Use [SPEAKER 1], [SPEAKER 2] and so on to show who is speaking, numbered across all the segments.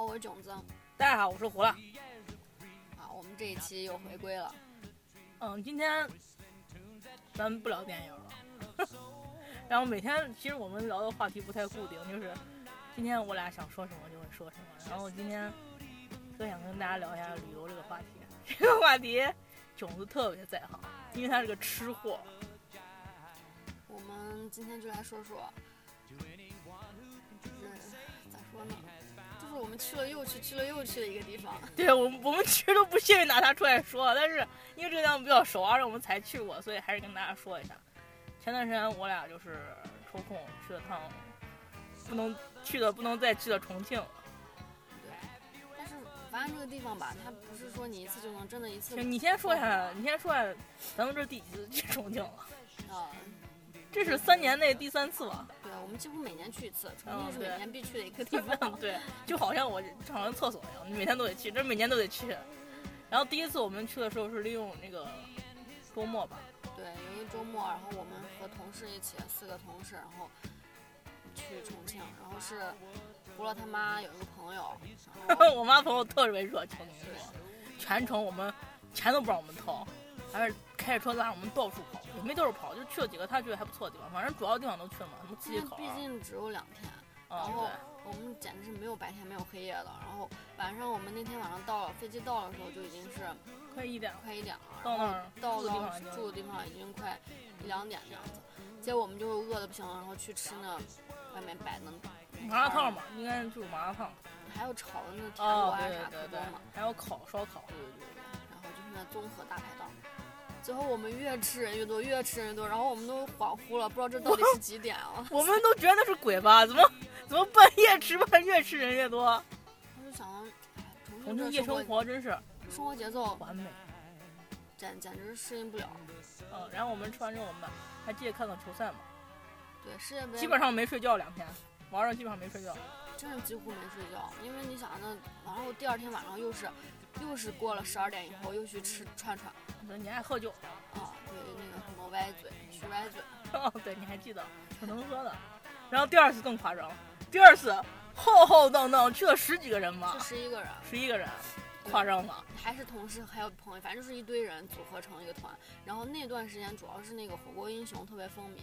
[SPEAKER 1] 我是囧子。
[SPEAKER 2] 大家好，我是胡辣。
[SPEAKER 1] 啊，我们这一期又回归了。
[SPEAKER 2] 嗯，今天咱们不聊电影了。 然后每天其实我们聊的话题不太固定，就是今天我俩想说什么就会说什么。然后今天特想跟大家聊一下旅游这个话题。 这个话题囧子特别在行，因为他是个吃货。
[SPEAKER 1] 我们今天就来说说，嗯，咋说呢？就是我们去了又去，去了又去的一个地方。
[SPEAKER 2] 对我们我们其实都不屑于拿它出来说，但是因为这个地方比较熟，啊而且我们才去过，所以还是跟大家说一下。前段时间我俩就是抽空去了趟不能去的不能再去的重庆，
[SPEAKER 1] 但是反正这个地方吧，它不是说你一次就能真的一次
[SPEAKER 2] 行，你先说一下，你先说一下，咱们这是第几次去重庆了？
[SPEAKER 1] 啊。
[SPEAKER 2] 这是三年内第三次吧？
[SPEAKER 1] 对，我们几乎每年去一次，重
[SPEAKER 2] 嗯
[SPEAKER 1] 庆是每
[SPEAKER 2] 对。
[SPEAKER 1] 年必去的一个地方
[SPEAKER 2] 对，就好像我上完厕所一样，你每天都得去，这每年都得去。然后第一次我们去的时候是利用那个周末吧，
[SPEAKER 1] 对，有一个周末，然后我们和同事一起，四个同事，然后去重庆，然后是胡乐他妈有一个朋友，然 后
[SPEAKER 2] 我妈朋友特别热情，我跟你说，全程我们钱都不让我们掏，还是开着车拉着我们到处跑，也没到处跑，就去了几个他觉得还不错的地方，反正主要地方都去了嘛，什么
[SPEAKER 1] 今
[SPEAKER 2] 七
[SPEAKER 1] 天
[SPEAKER 2] 口
[SPEAKER 1] 毕
[SPEAKER 2] 啊，
[SPEAKER 1] 竟只有两天，然
[SPEAKER 2] 嗯，
[SPEAKER 1] 后
[SPEAKER 2] 对。
[SPEAKER 1] 我们简直是没有白天没有黑夜的。然后晚上我们那天晚上到了飞机到的时候就已经是
[SPEAKER 2] 快一点，
[SPEAKER 1] 快一点了，
[SPEAKER 2] 到那儿
[SPEAKER 1] 到
[SPEAKER 2] 住的地方
[SPEAKER 1] 到
[SPEAKER 2] 已经
[SPEAKER 1] 住的地方已经快一两点这样子。结果我们就饿的不行了，然后去吃那外面摆的
[SPEAKER 2] 麻辣烫，嘛，应该就是麻辣烫。
[SPEAKER 1] 还有炒的那田螺
[SPEAKER 2] 哦，
[SPEAKER 1] 啊
[SPEAKER 2] 对
[SPEAKER 1] 啥
[SPEAKER 2] 对
[SPEAKER 1] 土
[SPEAKER 2] 对
[SPEAKER 1] 豆
[SPEAKER 2] 对
[SPEAKER 1] 嘛，，
[SPEAKER 2] 还有烤烧烤，对对对。
[SPEAKER 1] 然后就是那综合大排档。最后我们越吃人越多，越吃人越多，然后我们都恍惚了，不知道这到底是几点啊 了。
[SPEAKER 2] 我们都觉得那是鬼吧？怎么怎么半夜吃饭越吃人越多？
[SPEAKER 1] 我就想到，哎，
[SPEAKER 2] 重
[SPEAKER 1] 重
[SPEAKER 2] 庆
[SPEAKER 1] 庆
[SPEAKER 2] 夜
[SPEAKER 1] 这
[SPEAKER 2] 生
[SPEAKER 1] 生活
[SPEAKER 2] 活真是
[SPEAKER 1] 生活节奏
[SPEAKER 2] 完美。
[SPEAKER 1] 简简直适应不了。
[SPEAKER 2] 嗯，然后我们吃完之后，我们还记得看看球赛嘛，
[SPEAKER 1] 对，世界杯
[SPEAKER 2] 基本上没睡觉两天，晚上基本上没睡觉。
[SPEAKER 1] 真是几乎没睡觉，因为你想那，然后第二天晚上又是，又是过了十二点以后又去吃串串，
[SPEAKER 2] 你说你爱喝酒？
[SPEAKER 1] 啊，对那个什么歪嘴，去歪嘴，
[SPEAKER 2] 哦，对，你还记得，挺能喝的。然后第二次更夸张，第二次浩浩荡荡去了十几个人吧
[SPEAKER 1] 就，十一个人，
[SPEAKER 2] 十一个人，夸张吧？
[SPEAKER 1] 还是同事还有朋友，反正就是一堆人组合成一个团。然后那段时间主要是那个火锅英雄特别风靡，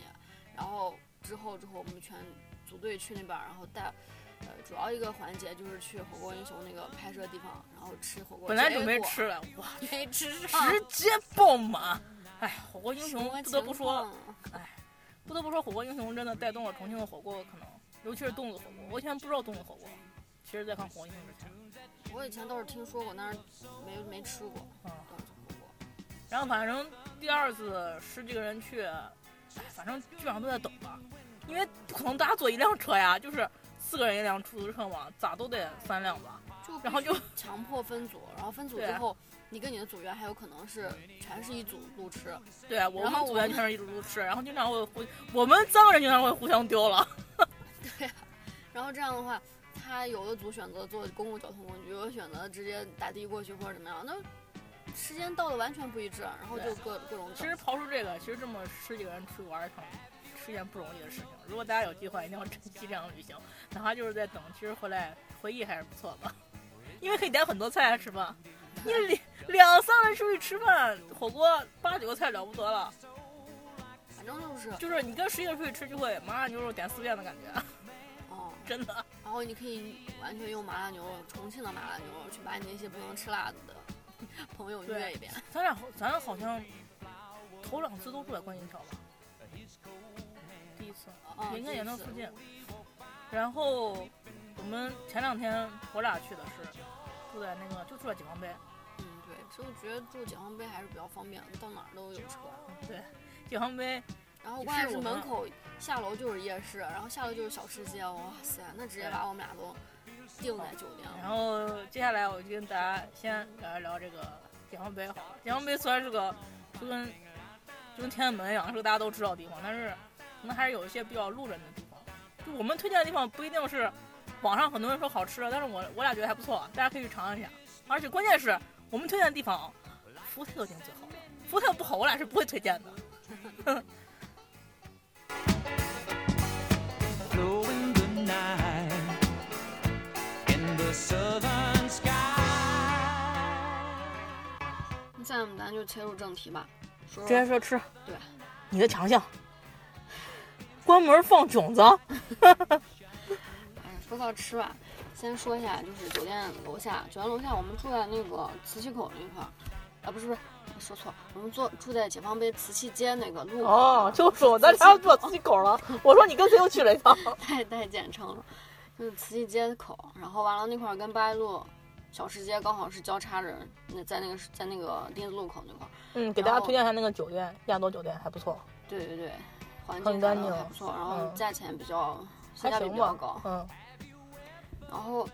[SPEAKER 1] 然后之后之后我们全组队去那边儿，然后带。呃，主要一个环节就是去火锅英雄那个拍摄地方，然后吃火锅。
[SPEAKER 2] 本来准备
[SPEAKER 1] 结果
[SPEAKER 2] 吃了，哇，
[SPEAKER 1] 没吃上，
[SPEAKER 2] 直接爆满！哎，火锅英
[SPEAKER 1] 什么
[SPEAKER 2] 雄不得不
[SPEAKER 1] 情
[SPEAKER 2] 说，
[SPEAKER 1] 况啊
[SPEAKER 2] 不得不说，火锅英雄真的带动了重庆的火锅，可能尤其是粽子火锅。我以前不知道粽子火锅，其实在看火锅英雄之前。
[SPEAKER 1] 我以前倒是听说过，但是没没吃过
[SPEAKER 2] 嗯，
[SPEAKER 1] 粽子火锅。
[SPEAKER 2] 然后反正第二次十几个人去，哎，反正基本上都在等吧，因为不可能大家坐一辆车呀，就是四个人一辆出租车嘛，咋都得三辆吧。
[SPEAKER 1] 就必
[SPEAKER 2] 然后就
[SPEAKER 1] 须强迫分组，然后分组
[SPEAKER 2] 对啊
[SPEAKER 1] 之后，你跟你的组员还有可能是全是一组路痴，
[SPEAKER 2] 对，啊我
[SPEAKER 1] 然后我
[SPEAKER 2] 们组员全是一路吃，然后经常会互，我们三个人经常会互相丢了。
[SPEAKER 1] 然后这样的话，他有的组选择坐公共交通工具，有的选择直接打的过去或者怎么样，那时间到的完全不一致，然后就
[SPEAKER 2] 对
[SPEAKER 1] 各各种
[SPEAKER 2] 其
[SPEAKER 1] 等
[SPEAKER 2] 实刨出这个，其实这么十几个人出去玩一趟，是件不容易的事情。如果大家有计划，一定要珍惜这样的旅行，哪怕就是在等，其实回来回忆还是不错的，因为可以点很多菜吃饭。你两两三个人出去吃饭，火锅八九个菜了不得了，
[SPEAKER 1] 反正就是
[SPEAKER 2] 就是你跟十几个人出去吃就会麻辣牛肉点四遍的感觉，啊
[SPEAKER 1] 哦，
[SPEAKER 2] 真的。
[SPEAKER 1] 然后你可以完全用麻辣牛肉，重庆的麻辣牛肉去把你那些不能吃辣的 朋友
[SPEAKER 2] 对
[SPEAKER 1] 虐一 遍，
[SPEAKER 2] 咱俩好，咱好像头两次都住在观音桥吧？第一次。
[SPEAKER 1] 啊，
[SPEAKER 2] 应该
[SPEAKER 1] 这
[SPEAKER 2] 也
[SPEAKER 1] 一
[SPEAKER 2] 能
[SPEAKER 1] 次
[SPEAKER 2] 附近。然后我们前两天我俩去的是住在那个就住在解放碑，
[SPEAKER 1] 嗯，对，所以我觉得住解放碑还是比较方便，到哪儿都有车。
[SPEAKER 2] 对，解放碑
[SPEAKER 1] 然后关键
[SPEAKER 2] 是
[SPEAKER 1] 是
[SPEAKER 2] 我们
[SPEAKER 1] 门口下楼就是夜市，然后下楼就是小吃街，哇塞，那直接把我们俩都定在酒店了。
[SPEAKER 2] 然后接下来我就跟大家先聊一聊这个解放碑好了。解放碑虽然是个就跟就跟天安门一样，是个大家都知道的地方，但是可能还是有一些比较路人的地方。就我们推荐的地方不一定是网上很多人说好吃的，但是我我俩觉得还不错，大家可以去尝一下。而且关键是我们推荐的地方，服务态度已经最好了，服务态度不好，我俩是不会推荐的。
[SPEAKER 3] Glow in the night in the southern
[SPEAKER 1] 就切入正题吧，说
[SPEAKER 2] 直接
[SPEAKER 1] 说
[SPEAKER 2] 说吃，
[SPEAKER 1] 对，
[SPEAKER 2] 你的强项，关门放种子，
[SPEAKER 1] 哎，说到吃吧，先说一下，就是酒店楼下，酒店楼下我们住在那个磁器口那块儿，啊，不是不是，说错，了，我们坐住在解放碑瓷器街那个路口
[SPEAKER 2] 哦，就是我在家做鸡狗 了。我说你跟谁又去了一趟？
[SPEAKER 1] 太太简称了，就是慈溪街口，然后完了那块儿跟八一路小吃街刚好是交叉着，那在那个在那个丁字路口那块儿，
[SPEAKER 2] 嗯，给大家推荐一下那个酒店，亚朵酒店还不错，
[SPEAKER 1] 对对对，环境
[SPEAKER 2] 很
[SPEAKER 1] 啥
[SPEAKER 2] 干
[SPEAKER 1] 的
[SPEAKER 2] 净
[SPEAKER 1] 还不错，然后
[SPEAKER 2] 嗯
[SPEAKER 1] 价钱比较性
[SPEAKER 2] 还
[SPEAKER 1] 价比
[SPEAKER 2] 行
[SPEAKER 1] 比较
[SPEAKER 2] 吧
[SPEAKER 1] 高，。
[SPEAKER 2] 嗯，
[SPEAKER 1] 然后，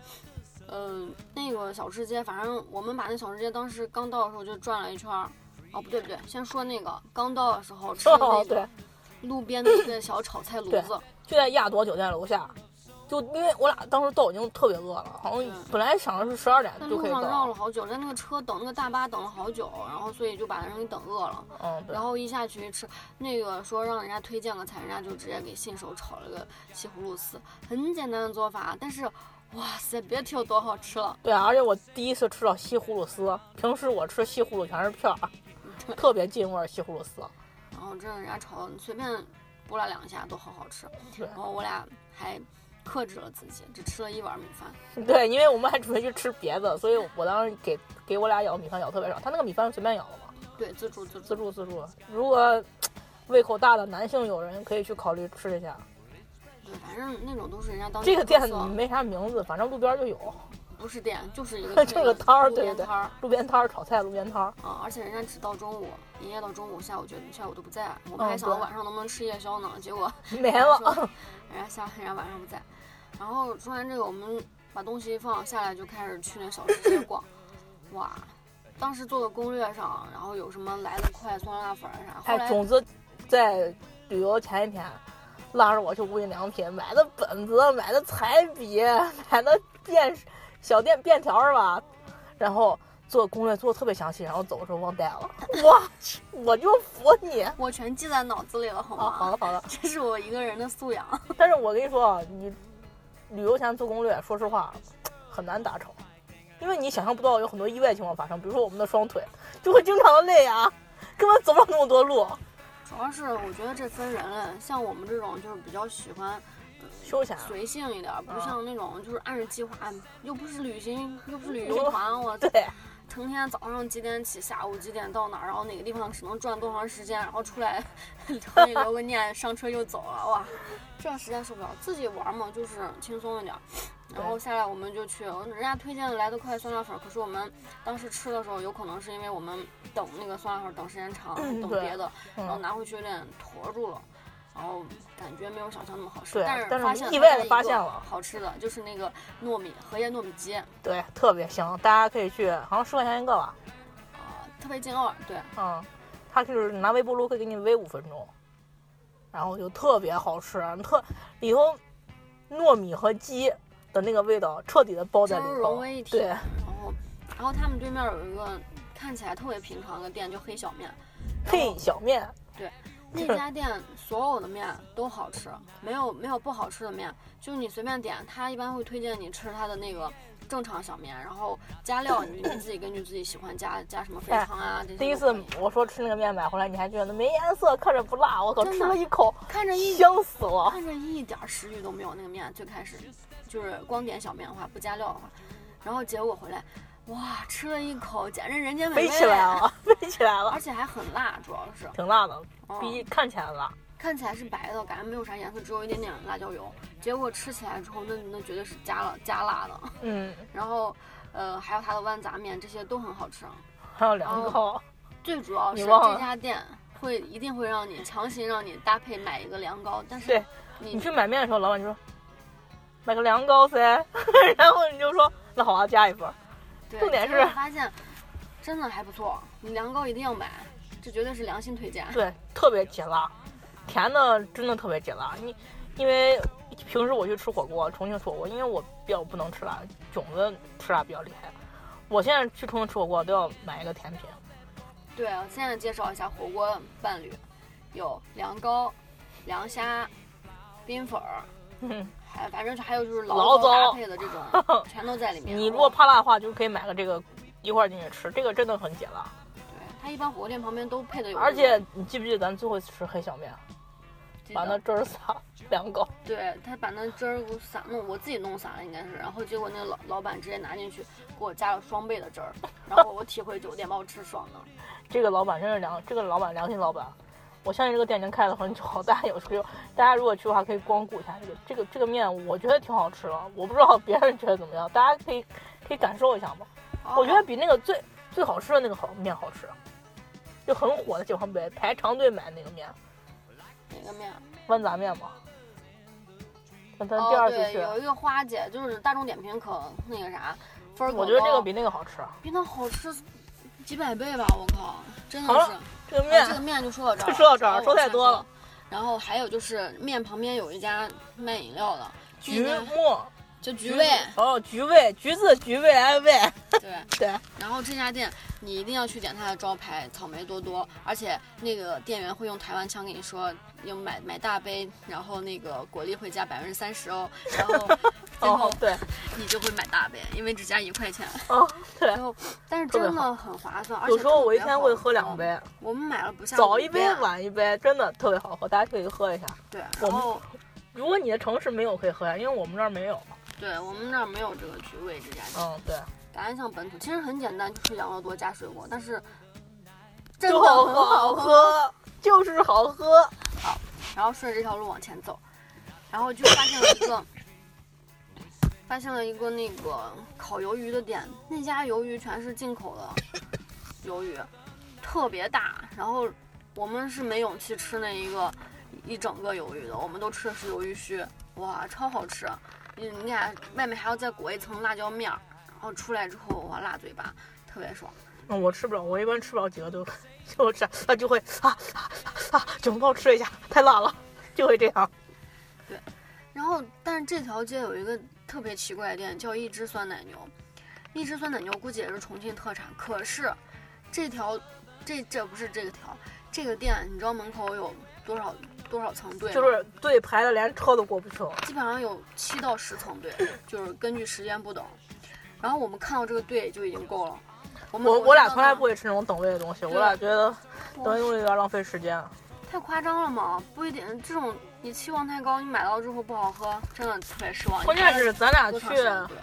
[SPEAKER 1] 嗯、那个小吃街，反正我们把那小吃街当时刚到的时候就转了一圈儿。哦，不对不对，先说那个刚到的时候吃的那
[SPEAKER 2] 哦对
[SPEAKER 1] 个，路边的一个小炒菜炉
[SPEAKER 2] 对
[SPEAKER 1] 子，
[SPEAKER 2] 就在亚朵酒店楼下。就因为我俩当时都已经特别饿了，好像本来想着是十二点
[SPEAKER 1] 在
[SPEAKER 2] 就
[SPEAKER 1] 路
[SPEAKER 2] 可以
[SPEAKER 1] 上绕
[SPEAKER 2] 到
[SPEAKER 1] 了。好久，嗯在那个车等那个大巴等了好久，然后所以就把人给等饿了。
[SPEAKER 2] 嗯，对
[SPEAKER 1] 然。后一下去吃，那个说让人家推荐个菜，人家就直接给信手炒了个西葫芦丝，很简单的做法，但是哇塞，别提有多好吃了。
[SPEAKER 2] 对啊，而且我第一次吃到西葫芦丝，平时我吃西葫芦全是片儿，特别进味儿西葫芦丝。
[SPEAKER 1] 然后真的人家炒，你随便拨拉两下都好好吃。
[SPEAKER 2] 对
[SPEAKER 1] 然后我俩还克制了自己，只吃了一碗米饭。
[SPEAKER 2] 对，因为我们还准备去吃别的，所以我当时给给我俩舀米饭舀特别少，他那个米饭是随便舀的嘛，
[SPEAKER 1] 对，自助自助。
[SPEAKER 2] 自助自助。如果胃口大的男性友人可以去考虑吃一下，
[SPEAKER 1] 对，反正那种都是人家当地
[SPEAKER 2] 这个
[SPEAKER 1] 特
[SPEAKER 2] 店
[SPEAKER 1] 色
[SPEAKER 2] 没啥名字，反正路边就有，
[SPEAKER 1] 不是店，就是一个
[SPEAKER 2] 就是个摊儿，
[SPEAKER 1] 路
[SPEAKER 2] 对对
[SPEAKER 1] 边
[SPEAKER 2] 对
[SPEAKER 1] 摊儿，
[SPEAKER 2] 路边摊儿炒菜，路边 摊儿。
[SPEAKER 1] 啊，而且人家只到中午，营业到中午，下午就下午都不在。我们
[SPEAKER 2] 嗯
[SPEAKER 1] 还想着
[SPEAKER 2] 对
[SPEAKER 1] 晚上能不能吃夜宵呢，结果人
[SPEAKER 2] 没
[SPEAKER 1] 家
[SPEAKER 2] 了，哎
[SPEAKER 1] 说人家下人家晚上不在。然后说完这个，我们把东西一放下来，就开始去那小吃街逛。哇，当时做的攻略上，然后有什么来的快酸辣粉儿啥，后
[SPEAKER 2] 哎，
[SPEAKER 1] 来
[SPEAKER 2] 种子在旅游前一天，拉着我去无印良品买的本子，买的彩笔，买的便小便便条儿吧，然后做攻略做的特别详细，然后走的时候忘带了， 我去，我就服你。
[SPEAKER 1] 我全记在脑子里了，好
[SPEAKER 2] 啊，
[SPEAKER 1] 吗？
[SPEAKER 2] 好了好了，
[SPEAKER 1] 这是我一个人的素养。
[SPEAKER 2] 但是我跟你说啊，你旅游前做攻略，说实话很难达成，因为你想象不到有很多意外情况发生，比如说我们的双腿就会经常的累啊，根本走不了那么多路，
[SPEAKER 1] 主要是我觉得这分人了，像我们这种就是比较喜欢
[SPEAKER 2] 休闲。
[SPEAKER 1] 随性一点儿，不
[SPEAKER 2] 啊
[SPEAKER 1] 像那种就是按着计划，又不是旅行，又不是 旅
[SPEAKER 2] 旅游
[SPEAKER 1] 游团，我
[SPEAKER 2] 对，
[SPEAKER 1] 成天早上几点起，下午几点到哪儿，然后哪个地方只能转多长时间，然后出来留一留个念，上车就走了，哇，这实在受不了。自己玩嘛，就是轻松一点儿。然后下来我们就去，人家推荐的来得快酸辣粉儿，可是我们当时吃的时候，有可能是因为我们等那个酸辣粉儿等时间长，
[SPEAKER 2] 嗯
[SPEAKER 1] 等
[SPEAKER 2] 对
[SPEAKER 1] 别的，然后
[SPEAKER 2] 嗯，
[SPEAKER 1] 拿回去有点坨住了，然后感觉没有想象那么好吃
[SPEAKER 2] 对。啊
[SPEAKER 1] 是
[SPEAKER 2] 但是
[SPEAKER 1] 发
[SPEAKER 2] 我
[SPEAKER 1] 现
[SPEAKER 2] 意外地
[SPEAKER 1] 了一
[SPEAKER 2] 发
[SPEAKER 1] 个
[SPEAKER 2] 现了
[SPEAKER 1] 好吃的，就是那个糯米荷叶糯米鸡，啊、
[SPEAKER 2] 对，特别香，大家可以去，好像十块钱一个吧，
[SPEAKER 1] 啊特别劲偶尔，对。
[SPEAKER 2] 嗯，它就是拿微波炉可以给你微五分钟，然后就特别好吃，特里头糯米和鸡的那个味道彻底的包在里
[SPEAKER 1] 真融
[SPEAKER 2] 头
[SPEAKER 1] 为一，体
[SPEAKER 2] 对，
[SPEAKER 1] 然后，然后他们对面有一个看起来特别平常的店，就黑小 面。
[SPEAKER 2] 配小面。
[SPEAKER 1] 那家店所有的面都好吃，没有没有不好吃的面。就是你随便点，他一般会推荐你吃他的那个正常小面，然后加料你们自己根据自己喜欢加加什么肥肠啊这些都可以。
[SPEAKER 2] 哎第一次我说吃那个面买回来，你还觉得没颜色，看着不辣，我靠，
[SPEAKER 1] 真
[SPEAKER 2] 吃
[SPEAKER 1] 的
[SPEAKER 2] 了一口，
[SPEAKER 1] 看着一
[SPEAKER 2] 香死了。
[SPEAKER 1] 看着一点儿食欲都没有，那个面最开始就是光点小面的话，不加料的话，然后结果回来，哇，吃了一口，简直人间美
[SPEAKER 2] 飞
[SPEAKER 1] 味，
[SPEAKER 2] 起来，了， 飞起来了
[SPEAKER 1] 而，且还很辣，主要是。
[SPEAKER 2] 挺辣的，
[SPEAKER 1] 嗯
[SPEAKER 2] 比看起来辣。
[SPEAKER 1] 看起来是白的，感觉没有啥颜色，只有一点点辣椒油。结果吃起来之后，那那绝对是加了加辣的。
[SPEAKER 2] 嗯，
[SPEAKER 1] 然后，呃，还有它的豌杂面，这些都很好吃。啊
[SPEAKER 2] 还有凉糕，
[SPEAKER 1] 最主要是
[SPEAKER 2] 你忘了
[SPEAKER 1] 这家店会一定会让你强行让你搭配买一个凉糕，但是
[SPEAKER 2] 对你
[SPEAKER 1] 你
[SPEAKER 2] 去买面的时候，老板就说买个凉糕噻， 然后你就说那好啊，加一份儿。
[SPEAKER 1] 对
[SPEAKER 2] 重点
[SPEAKER 1] 结果
[SPEAKER 2] 是
[SPEAKER 1] 发现真的还不错，你凉糕一定要买，这绝对是良心推荐。
[SPEAKER 2] 对，特别解辣，甜的真的特别解辣。你因为平时我去吃火锅，重庆吃火锅，因为我比较不能吃辣，囧子吃辣比较厉害。我现在去重庆吃火锅都要买一个甜品，
[SPEAKER 1] 对，我现在介绍一下火锅伴侣，有凉糕、凉虾、冰粉儿，
[SPEAKER 2] 嗯
[SPEAKER 1] 还反正还有就是
[SPEAKER 2] 醪
[SPEAKER 1] 醪糟
[SPEAKER 2] 糟
[SPEAKER 1] 搭配的这 种，全都在里面。
[SPEAKER 2] 你如果怕辣的话，就可以买个这个一块儿进去吃，这个真的很解辣。
[SPEAKER 1] 对，它一般火锅店旁边都配的有。
[SPEAKER 2] 而且你记不记得咱最后吃黑小面，把那汁儿撒 两口，
[SPEAKER 1] 对他把那汁儿给我撒弄，我自己弄洒了应该是，然后结果那个老老板直接拿进去给我加了双倍的汁儿，然后我体回酒店把我吃爽了。
[SPEAKER 2] 这个老板真是良，这个老板良心老板。我相信这个店已经开了很久，大家有去，大家如果去的话可以光顾一下这个这个这个面，我觉得挺好吃的，我不知道别人觉得怎么样，大家可以可以感受一下嘛。
[SPEAKER 1] 啊
[SPEAKER 2] 我
[SPEAKER 1] 哦
[SPEAKER 2] 觉得比那个最最好吃的那个好面好吃，就很火的九行北排长队买那个面，
[SPEAKER 1] 哪个面？
[SPEAKER 2] 豌杂面嘛。咱咱
[SPEAKER 1] 哦，
[SPEAKER 2] 嗯第二次
[SPEAKER 1] 对，
[SPEAKER 2] 去，
[SPEAKER 1] 有一个花姐，就是大众点评可那个啊啥分儿可
[SPEAKER 2] 我觉得这个
[SPEAKER 1] 高
[SPEAKER 2] 比那个好吃。啊
[SPEAKER 1] 比那好吃几百倍吧，我靠，真的
[SPEAKER 2] 好了
[SPEAKER 1] 是。
[SPEAKER 2] 这
[SPEAKER 1] 然
[SPEAKER 2] 个面
[SPEAKER 1] 后这个面就说到这儿了，
[SPEAKER 2] 就
[SPEAKER 1] 然后
[SPEAKER 2] 说到这儿说
[SPEAKER 1] 我
[SPEAKER 2] 太
[SPEAKER 1] 下
[SPEAKER 2] 多
[SPEAKER 1] 车
[SPEAKER 2] 了。
[SPEAKER 1] 然后还有就是面旁边有一家卖饮料的，
[SPEAKER 2] 橘
[SPEAKER 1] 那家
[SPEAKER 2] 末，
[SPEAKER 1] 就橘味，
[SPEAKER 2] 哦，橘味，橘子，橘味，安慰，
[SPEAKER 1] 对。
[SPEAKER 2] 对，
[SPEAKER 1] 然后这家店你一定要去点它的招牌草莓多多，而且那个店员会用台湾腔跟你说，要买买大杯，然后那个果粒会加百分之三十哦，然后最后
[SPEAKER 2] 哦，对，
[SPEAKER 1] 你就会买大杯，因为只加一块钱。
[SPEAKER 2] 哦，对
[SPEAKER 1] 然，后，但是
[SPEAKER 2] 特别
[SPEAKER 1] 真的很划算，而且
[SPEAKER 2] 有时候我一
[SPEAKER 1] 特别
[SPEAKER 2] 天
[SPEAKER 1] 好嗯
[SPEAKER 2] 会喝两
[SPEAKER 1] 喝。
[SPEAKER 2] 杯，
[SPEAKER 1] 我们买了不下
[SPEAKER 2] 早
[SPEAKER 1] 五
[SPEAKER 2] 一杯，
[SPEAKER 1] 啊
[SPEAKER 2] 晚一杯，真的特别好喝，大家可以喝一下。
[SPEAKER 1] 对，
[SPEAKER 2] 我
[SPEAKER 1] 然
[SPEAKER 2] 们
[SPEAKER 1] 后
[SPEAKER 2] 如果你的城市没有，可以喝一下，因为我们这儿没有。
[SPEAKER 1] 对我们那儿没有这个橘味这家店，
[SPEAKER 2] 嗯，对，
[SPEAKER 1] 答案像本土，其实很简单，就是养乐多加水果，但是真的
[SPEAKER 2] 就好
[SPEAKER 1] 很
[SPEAKER 2] 喝，
[SPEAKER 1] 喝。
[SPEAKER 2] 好喝，就是好喝。
[SPEAKER 1] 然后顺着这条路往前走，然后就发现了一个，发现了一个那个烤鱿鱼的店，那家鱿鱼全是进口的鱿鱼，特别大。然后我们是没勇气吃那一个一整个鱿鱼的，我们都吃的是鱿鱼须，哇，超好吃！你你看外面还要再裹一层辣椒面儿，然后出来之后哇，辣嘴巴，特别爽。
[SPEAKER 2] 嗯，我吃不了，我一般吃不了几个就 就是啊就会啊啊啊啊，就帮我吃一下，太辣了，就会这样。
[SPEAKER 1] 然后，但是这条街有一个特别奇怪的店，叫一只酸奶牛。一只酸奶牛估计也是重庆特产，可是这条这这不是这个条，这个店你知道门口有多少多少层队吗？
[SPEAKER 2] 就是队排的连车都过不去了。
[SPEAKER 1] 基本上有七到十层队，就是根据时间不等。然后我们看到这个队就已经够了。嗯我啊们
[SPEAKER 2] 我我俩从来不
[SPEAKER 1] 会
[SPEAKER 2] 会吃那种等位的东西，我
[SPEAKER 1] 对
[SPEAKER 2] 俩觉得等位东西有点浪费时间。啊
[SPEAKER 1] 太夸张了嘛，不一定这种你期望太高，你买到之后不好喝，真的特别失望。
[SPEAKER 2] 关键是咱俩
[SPEAKER 1] 多
[SPEAKER 2] 去
[SPEAKER 1] 长时间队？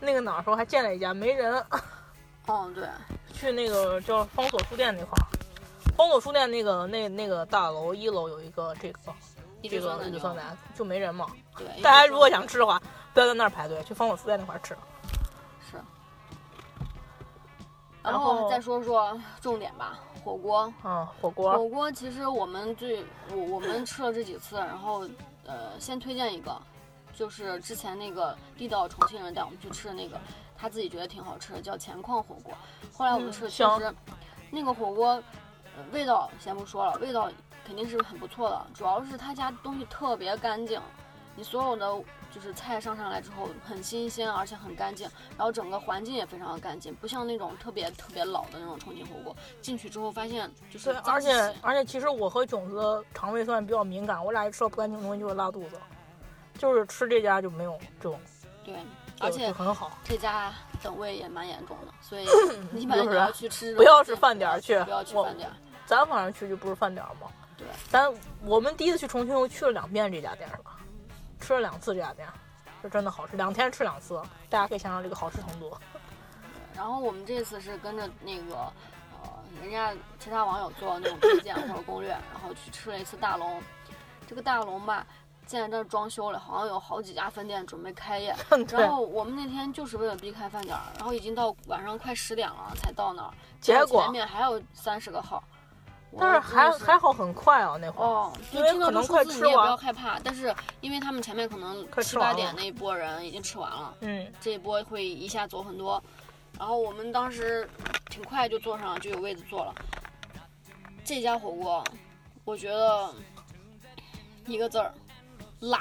[SPEAKER 2] 那个哪儿时候还见了一家没人，
[SPEAKER 1] 哦，对，
[SPEAKER 2] 去那个叫方所书店那块儿，方所书店那个那那个大楼一楼有一个这个
[SPEAKER 1] 一
[SPEAKER 2] 这
[SPEAKER 1] 只酸
[SPEAKER 2] 个
[SPEAKER 1] 奶
[SPEAKER 2] 一个
[SPEAKER 1] 牛。
[SPEAKER 2] 酸奶就没人嘛。
[SPEAKER 1] 对，一只
[SPEAKER 2] 大家
[SPEAKER 1] 酸
[SPEAKER 2] 如果
[SPEAKER 1] 奶
[SPEAKER 2] 想吃的话，不要在那儿排队，去方所书店那块儿吃。
[SPEAKER 1] 是。
[SPEAKER 2] 然
[SPEAKER 1] 然
[SPEAKER 2] 后
[SPEAKER 1] 后再说说重点吧，火锅。
[SPEAKER 2] 嗯，火锅
[SPEAKER 1] 火锅其实我们最我我们吃了这几次，然后呃，先推荐一个，就是之前那个地道重庆人带我们去吃的那个，他自己觉得挺好吃的，叫钱矿火锅。后来我们
[SPEAKER 2] 嗯
[SPEAKER 1] 吃的其
[SPEAKER 2] 香
[SPEAKER 1] 实那个火锅、呃味道先不说了，味道肯定是很不错的，主要是他家东西特别干净，你所有的就是菜上上来之后很新鲜，而且很干净，然后整个环境也非常的干净，不像那种特别特别老的那种重庆火锅，进去之后发现就是
[SPEAKER 2] 对，
[SPEAKER 1] 脏
[SPEAKER 2] 而
[SPEAKER 1] 兮兮
[SPEAKER 2] 且而且，其实我和囧子肠胃算比较敏感，我俩一吃到不干净的东西就会拉肚子，就是吃这家就没有这种，
[SPEAKER 1] 对，
[SPEAKER 2] 就
[SPEAKER 1] 而
[SPEAKER 2] 就
[SPEAKER 1] 且
[SPEAKER 2] 很好。
[SPEAKER 1] 这家等位也蛮严重的， 所以你
[SPEAKER 2] 就
[SPEAKER 1] 本来
[SPEAKER 2] 是
[SPEAKER 1] 你要去吃这种店，
[SPEAKER 2] 不要是饭点儿去
[SPEAKER 1] 不要去
[SPEAKER 2] 我
[SPEAKER 1] 饭点儿，
[SPEAKER 2] 咱晚上去就不是饭点儿嘛。
[SPEAKER 1] 对，
[SPEAKER 2] 咱我们第一次去重庆又去了两遍这家店儿吧，吃了两次这家店儿，是真的好吃，两天吃两次，大家可以想想这个好吃程度。
[SPEAKER 1] 然后我们这次是跟着那个呃人家其他网友做的那种推荐或者攻略，然后去吃了一次大龙。这个大龙吧，现在这儿装修了，好像有好几家分店准备开业。然
[SPEAKER 2] 对，
[SPEAKER 1] 后我们那天就是为了避开饭点儿，然后已经到晚上快十点了才到那儿，
[SPEAKER 2] 结
[SPEAKER 1] 前
[SPEAKER 2] 果
[SPEAKER 1] 面还有三十个号。我
[SPEAKER 2] 但是
[SPEAKER 1] 真的
[SPEAKER 2] 还还好很快啊，那会儿
[SPEAKER 1] 哦，
[SPEAKER 2] 因
[SPEAKER 1] 就
[SPEAKER 2] 为
[SPEAKER 1] 听到
[SPEAKER 2] 可
[SPEAKER 1] 这
[SPEAKER 2] 能
[SPEAKER 1] 数
[SPEAKER 2] 快
[SPEAKER 1] 字
[SPEAKER 2] 吃
[SPEAKER 1] 你也不
[SPEAKER 2] 完
[SPEAKER 1] 要害怕，但是因为他们前面可能
[SPEAKER 2] 快吃
[SPEAKER 1] 七
[SPEAKER 2] 完
[SPEAKER 1] 八
[SPEAKER 2] 了
[SPEAKER 1] 点那一波人已经吃完了，
[SPEAKER 2] 嗯，
[SPEAKER 1] 这一波会一下走很多。然后我们当时挺快就坐上了，就有位子坐了。这家火锅，我觉得一个字儿辣，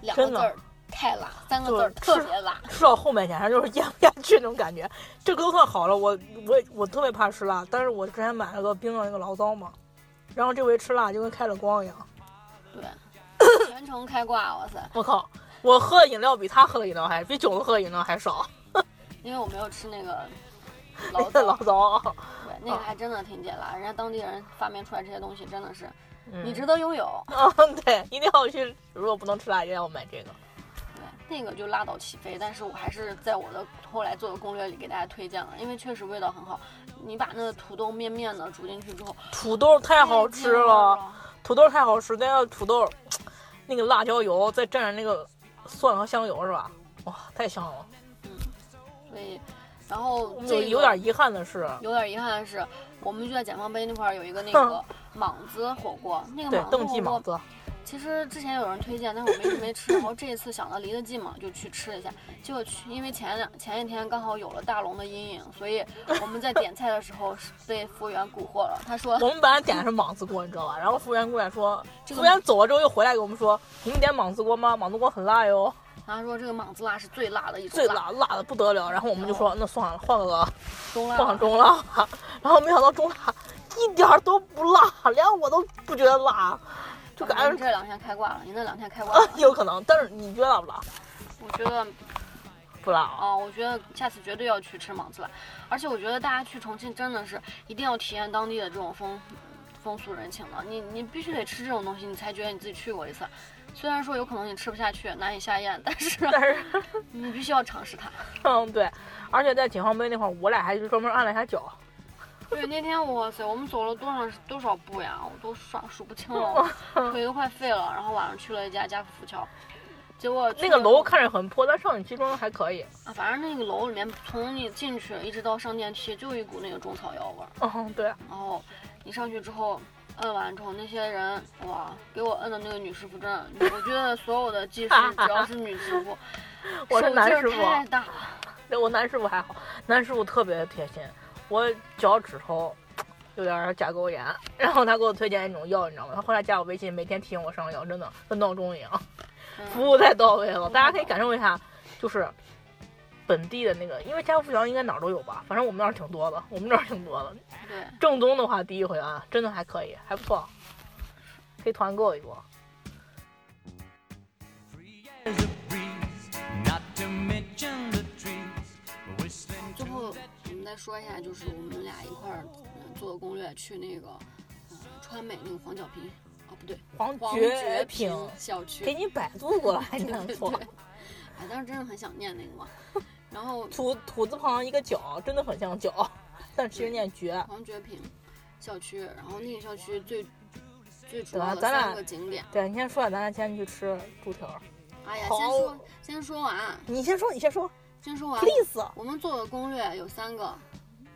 [SPEAKER 1] 两个
[SPEAKER 2] 真
[SPEAKER 1] 字
[SPEAKER 2] 的
[SPEAKER 1] 儿太辣，三个
[SPEAKER 2] 就
[SPEAKER 1] 字儿
[SPEAKER 2] 是
[SPEAKER 1] 特
[SPEAKER 2] 吃
[SPEAKER 1] 别辣。
[SPEAKER 2] 吃到后面简直就是咽不下去那种感觉。这个都算好了，我我也我特别怕吃辣，但是我之前买了个冰的那个醪糟嘛，然后这回吃辣就跟开了光一样。
[SPEAKER 1] 对，全程开挂，哇塞！
[SPEAKER 2] 我靠，我喝的饮料比他喝的饮料还比囧子喝的饮料还少，
[SPEAKER 1] 因为我没有吃那个醪
[SPEAKER 2] 醪
[SPEAKER 1] 糟，
[SPEAKER 2] 糟。
[SPEAKER 1] 对，那个
[SPEAKER 2] 嗯
[SPEAKER 1] 还真的挺解辣，人家当地人发明出来这些东西真的是
[SPEAKER 2] 嗯
[SPEAKER 1] 你值
[SPEAKER 2] 道？
[SPEAKER 1] 得拥有。
[SPEAKER 2] 嗯， 对，一定要去。如果不能吃辣，一定要买这个。
[SPEAKER 1] 对，那个就拉倒起飞，但是我还是在我的后来做的攻略里给大家推荐了，因为确实味道很好。你把那个土豆面面的煮进去之后，嗯
[SPEAKER 2] 土豆太
[SPEAKER 1] 太
[SPEAKER 2] 好吃
[SPEAKER 1] 香
[SPEAKER 2] 了，土豆太好吃，再要土豆，那个辣椒油，再蘸上那个蒜和香油是吧？哇，太香了。
[SPEAKER 1] 嗯所以，然后
[SPEAKER 2] 我们
[SPEAKER 1] 这
[SPEAKER 2] 有
[SPEAKER 1] 个
[SPEAKER 2] 有点遗憾的是，
[SPEAKER 1] 有点遗憾的是，我们就在解放碑那块儿有一个那个莽子火锅，那个
[SPEAKER 2] 对，邓
[SPEAKER 1] 莽
[SPEAKER 2] 记
[SPEAKER 1] 子火
[SPEAKER 2] 莽
[SPEAKER 1] 锅
[SPEAKER 2] 子，
[SPEAKER 1] 其实之前有人推荐，但 是我们一直没吃。然后这一次想着离得近嘛，就去吃一下。结果去，因为前两前一天刚好有了大龙的阴影，所以我们在点菜的时候 是被服务员蛊惑了。他说
[SPEAKER 2] 我们本来点的是莽子锅，你知道吧？然后服务员过来说，
[SPEAKER 1] 这
[SPEAKER 2] 服
[SPEAKER 1] 个
[SPEAKER 2] 务员走了之后又回来给我们说，你们点莽子锅吗？莽子锅很辣哟，
[SPEAKER 1] 他说这个莽子辣是最辣的一种
[SPEAKER 2] 最，辣辣的不得了。然后我们就
[SPEAKER 1] 哦
[SPEAKER 2] 说，那算了，换个
[SPEAKER 1] 中辣
[SPEAKER 2] 换个中辣。然后没想到中辣一点儿都不辣，连我都不觉得辣，就
[SPEAKER 1] 反正
[SPEAKER 2] 感觉
[SPEAKER 1] 这两天开挂了，你那两天开挂
[SPEAKER 2] 啊。
[SPEAKER 1] 了
[SPEAKER 2] 有可能。但是你觉得辣不辣？
[SPEAKER 1] 我觉得
[SPEAKER 2] 不辣啊。
[SPEAKER 1] 啊、我觉得下次绝对要去吃莽子辣，而且我觉得大家去重庆真的是一定要体验当地的这种风风俗人情了。你你必须得吃这种东西，你才觉得你自己去过一次。虽然说有可能你吃不下去，难以下咽，但是
[SPEAKER 2] 但是，
[SPEAKER 1] 你必须要尝试它。
[SPEAKER 2] 嗯，对，而且在解放碑那块儿，我俩还去专门按了一下脚。
[SPEAKER 1] 对，那天哇塞，我们走了多少多少步呀，我都数数不清了，
[SPEAKER 2] 哦
[SPEAKER 1] 腿都快废了。然后晚上去了一家家福桥，结果去
[SPEAKER 2] 那个
[SPEAKER 1] 了
[SPEAKER 2] 楼看着很破，但上去其中还可以。
[SPEAKER 1] 啊，反正那个楼里面从你进去一直到上电梯，就一股那个中草药味儿。
[SPEAKER 2] 嗯，对，
[SPEAKER 1] 然后你上去之后，摁完之后，那些人哇，给我摁的那个女师傅真的，我觉得所有的技师只要是女师傅，
[SPEAKER 2] 我
[SPEAKER 1] 手
[SPEAKER 2] 是
[SPEAKER 1] 劲
[SPEAKER 2] 男
[SPEAKER 1] 儿
[SPEAKER 2] 师
[SPEAKER 1] 太
[SPEAKER 2] 傅，
[SPEAKER 1] 大了。
[SPEAKER 2] 对我男师傅还好，男师傅特别贴心。我脚趾头有点儿甲沟炎，然后他给我推荐一种药，你知道吗？他后来加我微信，每天提醒我上药，真的跟闹钟一样，服
[SPEAKER 1] 嗯，
[SPEAKER 2] 务太到位了。大家可以感受一下，就是本地的那个，因为家福桥应该哪儿都有吧，反正我们那儿挺多的，我们那儿挺多的。
[SPEAKER 1] 对，
[SPEAKER 2] 正宗的话，第一回啊，真的还可以，还不错，可以团购一波。
[SPEAKER 4] There's a breeze, not to mention the trees. Whistling
[SPEAKER 1] 最后我们再说一下，就是我们俩一块儿嗯做的攻略，去那个嗯川美那个黄角坪，哦不对，
[SPEAKER 2] 黄
[SPEAKER 1] 黄
[SPEAKER 2] 觉
[SPEAKER 1] 觉
[SPEAKER 2] 平
[SPEAKER 1] 坪小区，
[SPEAKER 2] 给你百度过来，你看错。
[SPEAKER 1] 哎，当时真的很想念那 个嘛。然后
[SPEAKER 2] 土土字旁一个角，真的很像角， 但其实念绝。
[SPEAKER 1] 黄觉坪校区，然后那个校区最最主
[SPEAKER 2] 对吧啊
[SPEAKER 1] 要的
[SPEAKER 2] 咱俩
[SPEAKER 1] 三个景点。
[SPEAKER 2] 对，你先说，咱俩先去吃猪蹄儿。
[SPEAKER 1] 哎呀，
[SPEAKER 2] 好
[SPEAKER 1] 先说先说完，
[SPEAKER 2] 你先说，你先说
[SPEAKER 1] 先说完。
[SPEAKER 2] ，please。
[SPEAKER 1] 我们做的攻略有三个，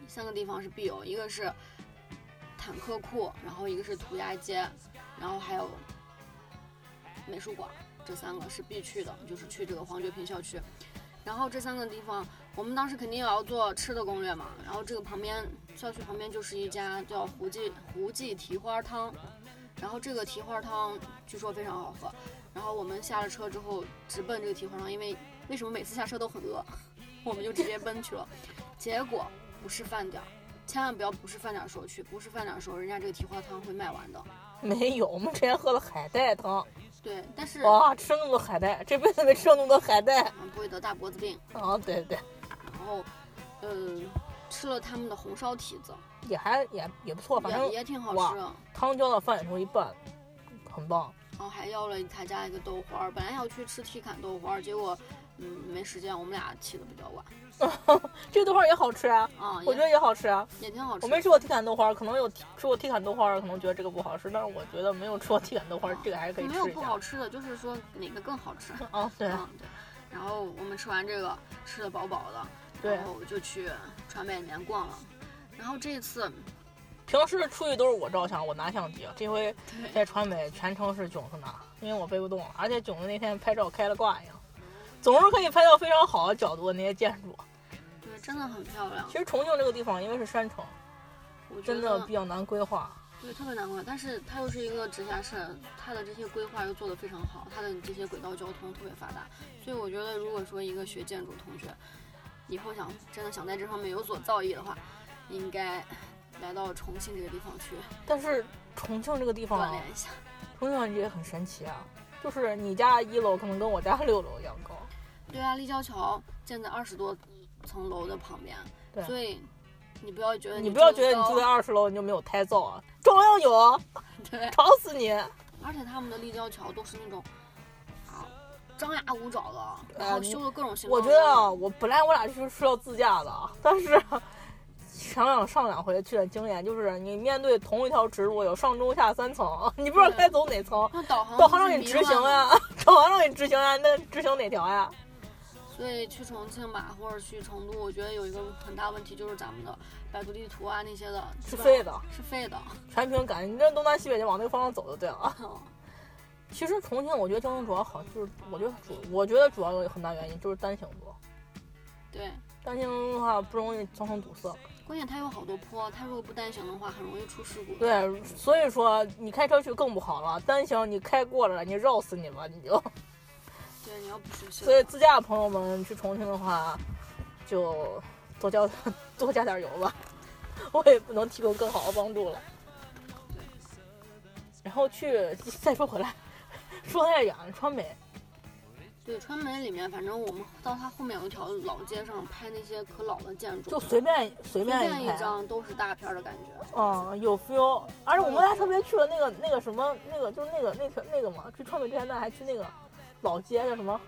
[SPEAKER 1] 三个地方是必有，一个是坦克库，然后一个是涂鸦街，然后还有美术馆，这三个是必去的，就是去这个黄觉坪校区。然后这三个地方，我们当时肯定也要做吃的攻略嘛。然后这个旁边校区旁边就是一家叫胡记胡记蹄花汤，然后这个蹄花汤据说非常好喝。然后我们下了车之后，直奔这个蹄花汤，因为为什么每次下车都很饿？我们就直接奔去了。结果不是饭点儿，千万不要不是饭点儿时候去，不是饭点儿时候，人家这个蹄花汤会卖完的。
[SPEAKER 2] 没有，我们之前喝了海带汤，
[SPEAKER 1] 对，但是
[SPEAKER 2] 哇，吃了那么多海带，这辈子没吃过那么多海带。
[SPEAKER 1] 嗯不会得大脖子病。
[SPEAKER 2] 啊，对对，
[SPEAKER 1] 然后，嗯，吃了他们的红烧蹄子，
[SPEAKER 2] 也还也也不哦错，反
[SPEAKER 1] 也
[SPEAKER 2] 正
[SPEAKER 1] 也挺好
[SPEAKER 2] 哇
[SPEAKER 1] 吃的。
[SPEAKER 2] 汤浇到饭里头一拌，很棒。
[SPEAKER 1] 然后还要了他家一个豆花儿，本来要去吃屉坎豆花儿，结果嗯没时间，我们俩起的比较晚
[SPEAKER 2] 这个豆花儿也好吃啊，
[SPEAKER 1] 啊，
[SPEAKER 2] 我觉得也好吃啊。
[SPEAKER 1] 也也挺好吃
[SPEAKER 2] 我
[SPEAKER 1] 的。
[SPEAKER 2] 没吃过提坎豆花儿，可能有提吃过提坎豆花儿，可能觉得这个不好吃，但是我觉得没有吃过提坎豆花儿，这个还是可以
[SPEAKER 1] 嗯没有
[SPEAKER 2] 吃一
[SPEAKER 1] 不
[SPEAKER 2] 下
[SPEAKER 1] 好。吃的，就是说哪个更好吃。
[SPEAKER 2] 啊，对
[SPEAKER 1] 嗯，对。然后我们吃完这个，吃的饱饱的，
[SPEAKER 2] 对
[SPEAKER 1] 然，后我就去川美里面逛了。然后这次，
[SPEAKER 2] 平时出去都是我照相，我拿相机，啊这回
[SPEAKER 1] 对，
[SPEAKER 2] 在川美全程是囧子拿，因为我背不动，而且囧子那天拍照开了挂一样，总是可以拍到非常好的角度的那些建筑。
[SPEAKER 1] 对，真的很漂亮
[SPEAKER 2] 其，实重庆这个地方因为是山城，
[SPEAKER 1] 我觉
[SPEAKER 2] 真的
[SPEAKER 1] 得
[SPEAKER 2] 比较难规划。
[SPEAKER 1] 对特别难逛，但是它又是一个直辖市，它的这些规划又做得非常好，它的这些轨道交通特别发达，所以我觉得如果说一个学建筑同学，以后想真的想在这方面有所造诣的话，应该来到重庆这个地方去
[SPEAKER 2] 但是重庆这个地方
[SPEAKER 1] 锻
[SPEAKER 2] 啊，
[SPEAKER 1] 炼一下。
[SPEAKER 2] 重庆也很神奇啊，就是你家一楼可能跟我家六楼一样高。
[SPEAKER 1] 对啊，立交桥建在二十多层楼的旁边
[SPEAKER 2] 对，
[SPEAKER 1] 所以你不要觉得
[SPEAKER 2] 你不要觉得你
[SPEAKER 1] 住
[SPEAKER 2] 住
[SPEAKER 1] 得
[SPEAKER 2] 在
[SPEAKER 1] 高
[SPEAKER 2] 二十楼你就没有胎噪啊，照样有啊，
[SPEAKER 1] 对，
[SPEAKER 2] 吵死你！
[SPEAKER 1] 而且他们的立交桥都是那种啊张牙舞爪的，然
[SPEAKER 2] 呃
[SPEAKER 1] 后
[SPEAKER 2] 你
[SPEAKER 1] 修的各种形状。
[SPEAKER 2] 我觉得啊我本来我俩是是要自驾的啊，但是想想上两回去的经验，就是你面对同一条直路有上中下三层， 你不知道该走哪层，
[SPEAKER 1] 那导航
[SPEAKER 2] 导航让
[SPEAKER 1] 就是
[SPEAKER 2] 你
[SPEAKER 1] 迷
[SPEAKER 2] 直行啊
[SPEAKER 1] 乱的
[SPEAKER 2] 呀，导航让你直行呀，那执行哪条呀？
[SPEAKER 1] 所以去重庆吧，或者去成都，我觉得有一个很大问题就是咱们的百度地图啊那些的
[SPEAKER 2] 是
[SPEAKER 1] 吧
[SPEAKER 2] 废的，
[SPEAKER 1] 是废的。
[SPEAKER 2] 全凭感觉，你这东南西北就往那个方向走就对了啊。
[SPEAKER 1] 哼
[SPEAKER 2] 其实重庆，我觉得交通主要好，就是我觉得主，我觉得主要有很大原因就是单行多，
[SPEAKER 1] 对，
[SPEAKER 2] 单行的话不容易造成堵塞。
[SPEAKER 1] 关键它有好多坡，它如果不单行的话，很容易出事故。，
[SPEAKER 2] 对，所以说你开车去更不好了，单行你开过来了，你绕死你吧，你就。
[SPEAKER 1] 对，你要不熟悉的话。
[SPEAKER 2] 所以自驾的朋友们去重庆的话，就多加 多加点油吧，我也不能提供更好的帮助了。然后去再说回来，说太远，川美
[SPEAKER 1] 对川美里面，反正我们到它后面有一条老街上拍那些可老的建筑，
[SPEAKER 2] 就随便
[SPEAKER 1] 随
[SPEAKER 2] 随便
[SPEAKER 1] 便
[SPEAKER 2] 一拍啊
[SPEAKER 1] 一。张都是大片儿的感觉。
[SPEAKER 2] 哦，有 feel，而且我们还特别去了那个那个什么那个，就是那个那条那个嘛，去川美之前咱还去那个老街叫什么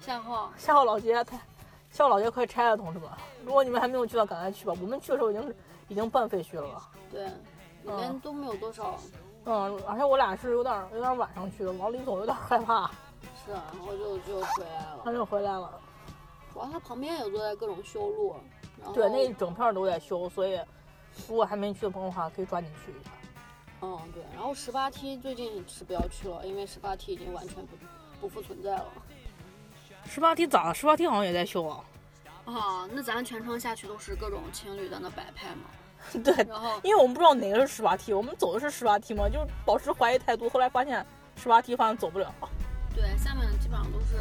[SPEAKER 1] 夏浩，
[SPEAKER 2] 夏号老街，它夏号老街快拆了，同志们，如果你们还没有去到，赶快去吧。我们去的时候已经已经半废墟了吧？
[SPEAKER 1] 对，里面都没有多少。
[SPEAKER 2] 嗯，而且我俩是有点有点晚上去的，往里走有点害怕，
[SPEAKER 1] 是啊，然后就就回来
[SPEAKER 2] 他
[SPEAKER 1] 了。
[SPEAKER 2] 就回来了。
[SPEAKER 1] 主要它旁边也都在各种修路，然后
[SPEAKER 2] 对，那一整片儿都在修，所以如果还没去的朋友的话，可以抓紧去一下。
[SPEAKER 1] 嗯，对。然后十八梯最近是不要去了，因为十八梯已经完全不不复存在了。
[SPEAKER 2] 十八梯咋了？十八梯好像也在修啊。
[SPEAKER 1] 啊，那咱全程下去都是各种情侣在那摆拍嘛。
[SPEAKER 2] 对，
[SPEAKER 1] 然后
[SPEAKER 2] 因为我们不知道哪个是十八梯，我们走的是十八梯嘛，就是保持怀疑态度。后来发现十八梯发现走不了。
[SPEAKER 1] 对下面基本上都是，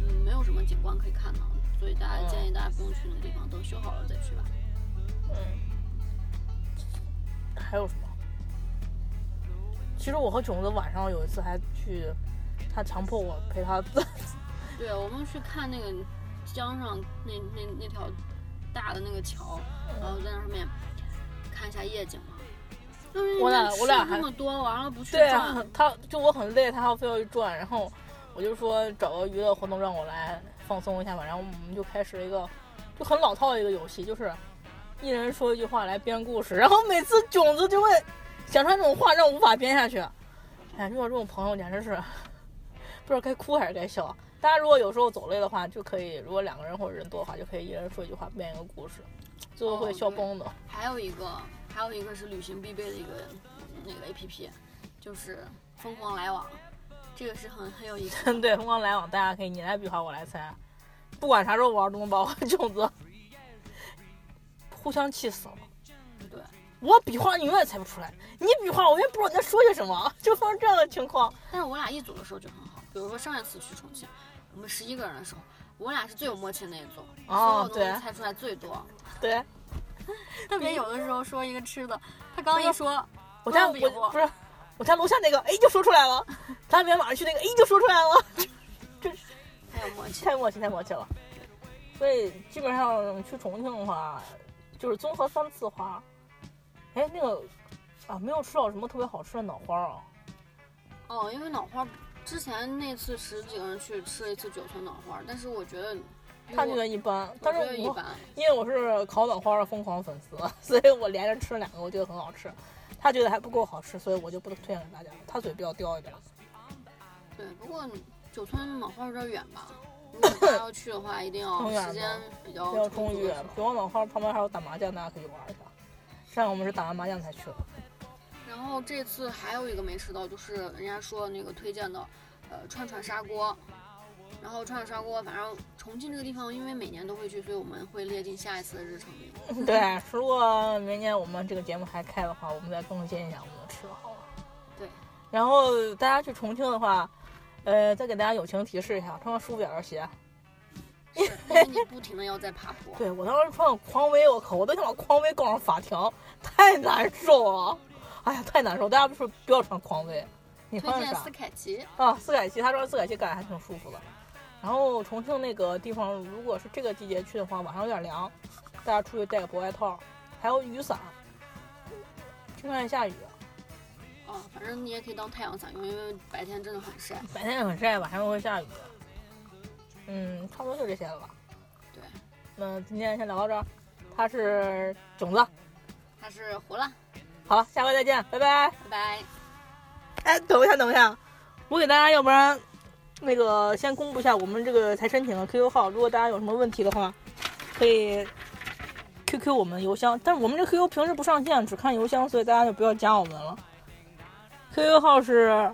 [SPEAKER 1] 嗯，没有什么景观可以看到，所以大
[SPEAKER 2] 嗯
[SPEAKER 1] 家建议大家不用去那个地方，等修好了再去吧。
[SPEAKER 2] 还有什么？其实我和囧子晚上有一次还去，他强迫我陪他
[SPEAKER 1] 对，我们去看那个江上那那那条大的那个桥，然后在那上面看一下夜景嘛。就是
[SPEAKER 2] 我俩
[SPEAKER 1] 人家
[SPEAKER 2] 我俩
[SPEAKER 1] 吃
[SPEAKER 2] 还
[SPEAKER 1] 那么多，完了不去
[SPEAKER 2] 对
[SPEAKER 1] 转
[SPEAKER 2] 啊，他就我很累，他还非要去转，然后我就说找个娱乐活动让我来放松一下吧，然后我们就开始了一个就很老套的一个游戏，就是一人说一句话来编故事，然后每次囧子就会想出来那种话让我无法编下去，哎，遇到这种朋友简直是不知道该哭还是该笑。大家如果有时候走累的话，就可以如果两个人或者人多的话，就可以一人说一句话编一个故事，最后
[SPEAKER 1] 哦
[SPEAKER 2] 会笑
[SPEAKER 1] 对
[SPEAKER 2] 崩的。
[SPEAKER 1] 还有一个，还有一个是旅行必备的一个那个 A P P，就是疯狂来往，这个是很很有意思的。
[SPEAKER 2] 对，疯狂来往，大家可以你来比划，我来猜，啊不管啥时候玩都能把我和囧子互相气死了。
[SPEAKER 1] 对，
[SPEAKER 2] 我比划你永远猜不出来，你比划我也不知道你在说些什么，就发生这样的情况。
[SPEAKER 1] 但是我俩一组的时候就很好，比如说上一次去重庆，我们十一个人的时候，我俩是最有默契的那一组，
[SPEAKER 2] 哦
[SPEAKER 1] 所有东
[SPEAKER 2] 对
[SPEAKER 1] 西猜出来最多。
[SPEAKER 2] 对，
[SPEAKER 1] 特别有的时候说一个吃的，他刚一说，
[SPEAKER 2] 我家
[SPEAKER 1] 不能
[SPEAKER 2] 我
[SPEAKER 1] 比划
[SPEAKER 2] 不是我家楼下那个，哎就说出来了，咱俩马上去那个，哎就说出来了，
[SPEAKER 1] 太有默契。
[SPEAKER 2] 太默契太默契了。所以基本上去重庆的话，就是综合三次花。哎，那个啊，没有吃到什么特别好吃的脑花啊。
[SPEAKER 1] 哦，因为脑花，之前那次十几个人去吃了一次九层脑花，但是我觉得比
[SPEAKER 2] 他
[SPEAKER 1] 我
[SPEAKER 2] 觉得一般，
[SPEAKER 1] 我
[SPEAKER 2] 但
[SPEAKER 1] 觉得
[SPEAKER 2] 是
[SPEAKER 1] 一
[SPEAKER 2] 我
[SPEAKER 1] 般。
[SPEAKER 2] 因为我是烤脑花的疯狂粉丝， 所以我连着吃了两个，我觉得很好吃。他觉得还不够好吃，所以我就不推荐给大家。他嘴比较刁一点，
[SPEAKER 1] 对，不过九村脑花有点远 吧？如果大家要去的话，一定
[SPEAKER 2] 挺
[SPEAKER 1] 要
[SPEAKER 2] 远
[SPEAKER 1] 时
[SPEAKER 2] 的
[SPEAKER 1] 间比较
[SPEAKER 2] 比较
[SPEAKER 1] 充
[SPEAKER 2] 充
[SPEAKER 1] 足
[SPEAKER 2] 裕
[SPEAKER 1] 的时。
[SPEAKER 2] 九
[SPEAKER 1] 候。
[SPEAKER 2] 王脑花旁边还有打麻将，大家可以玩一下。上次我们是打完麻将才去的，
[SPEAKER 1] 然后这次还有一个没吃到，就是人家说那个推荐的，呃，串串砂锅。然后串串砂锅，反正重庆这个地方，因为每年都会去，所以我们会列进下一次的日程里。
[SPEAKER 2] 对，啊如果明年我们这个节目还开的话，我们再更新一下我们的吃的好了。
[SPEAKER 1] 对。
[SPEAKER 2] 然后大家去重庆的话，呃，再给大家友情提示一下，穿个舒服点儿的鞋。
[SPEAKER 1] 是，因为你不停的要在爬坡。
[SPEAKER 2] 对我当时穿个匡威，我靠，我都想把匡威告上法条，太难受了。哎呀，太难受！大家不是不要穿匡威，你
[SPEAKER 1] 推
[SPEAKER 2] 穿的
[SPEAKER 1] 荐
[SPEAKER 2] 啥
[SPEAKER 1] 斯？凯奇，
[SPEAKER 2] 啊，四凯奇，他穿四凯奇感觉还挺舒服的。然后重庆那个地方，如果是这个季节去的话，晚上有点凉，大家出去带个薄外套，还有雨伞，就算下雨，
[SPEAKER 1] 哦，反正你也可以当太阳伞用，因为白天真的很晒。
[SPEAKER 2] 白天也很晒，晚上又会下雨。嗯，差不多就这些了吧。
[SPEAKER 1] 对，
[SPEAKER 2] 那今天先聊到这儿。他是种子，
[SPEAKER 1] 它是胡了，
[SPEAKER 2] 好了，下回再见，拜拜。
[SPEAKER 1] 拜拜。
[SPEAKER 2] 哎，等一下，等一下，我给大家，要不然那个先公布一下我们这个才申请的 QQ 号，如果大家有什么问题的话，可以 QQ 我们邮箱，但是我们这 QQ 平时不上线，只看邮箱，所以大家就不要加我们了。QQ 号是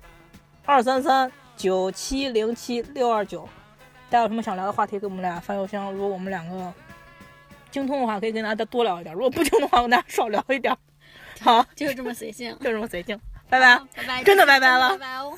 [SPEAKER 2] 二三三九七零七六二九，大家有什么想聊的话题，给我们俩发邮箱。如果我们两个精通的话，可以跟大家多聊一点；如果不精通的话，我跟大家少聊一点。好，
[SPEAKER 1] 就这么随性，
[SPEAKER 2] 就这么随性，拜拜。
[SPEAKER 1] 拜拜，
[SPEAKER 2] 真的拜拜了
[SPEAKER 1] 拜拜哦。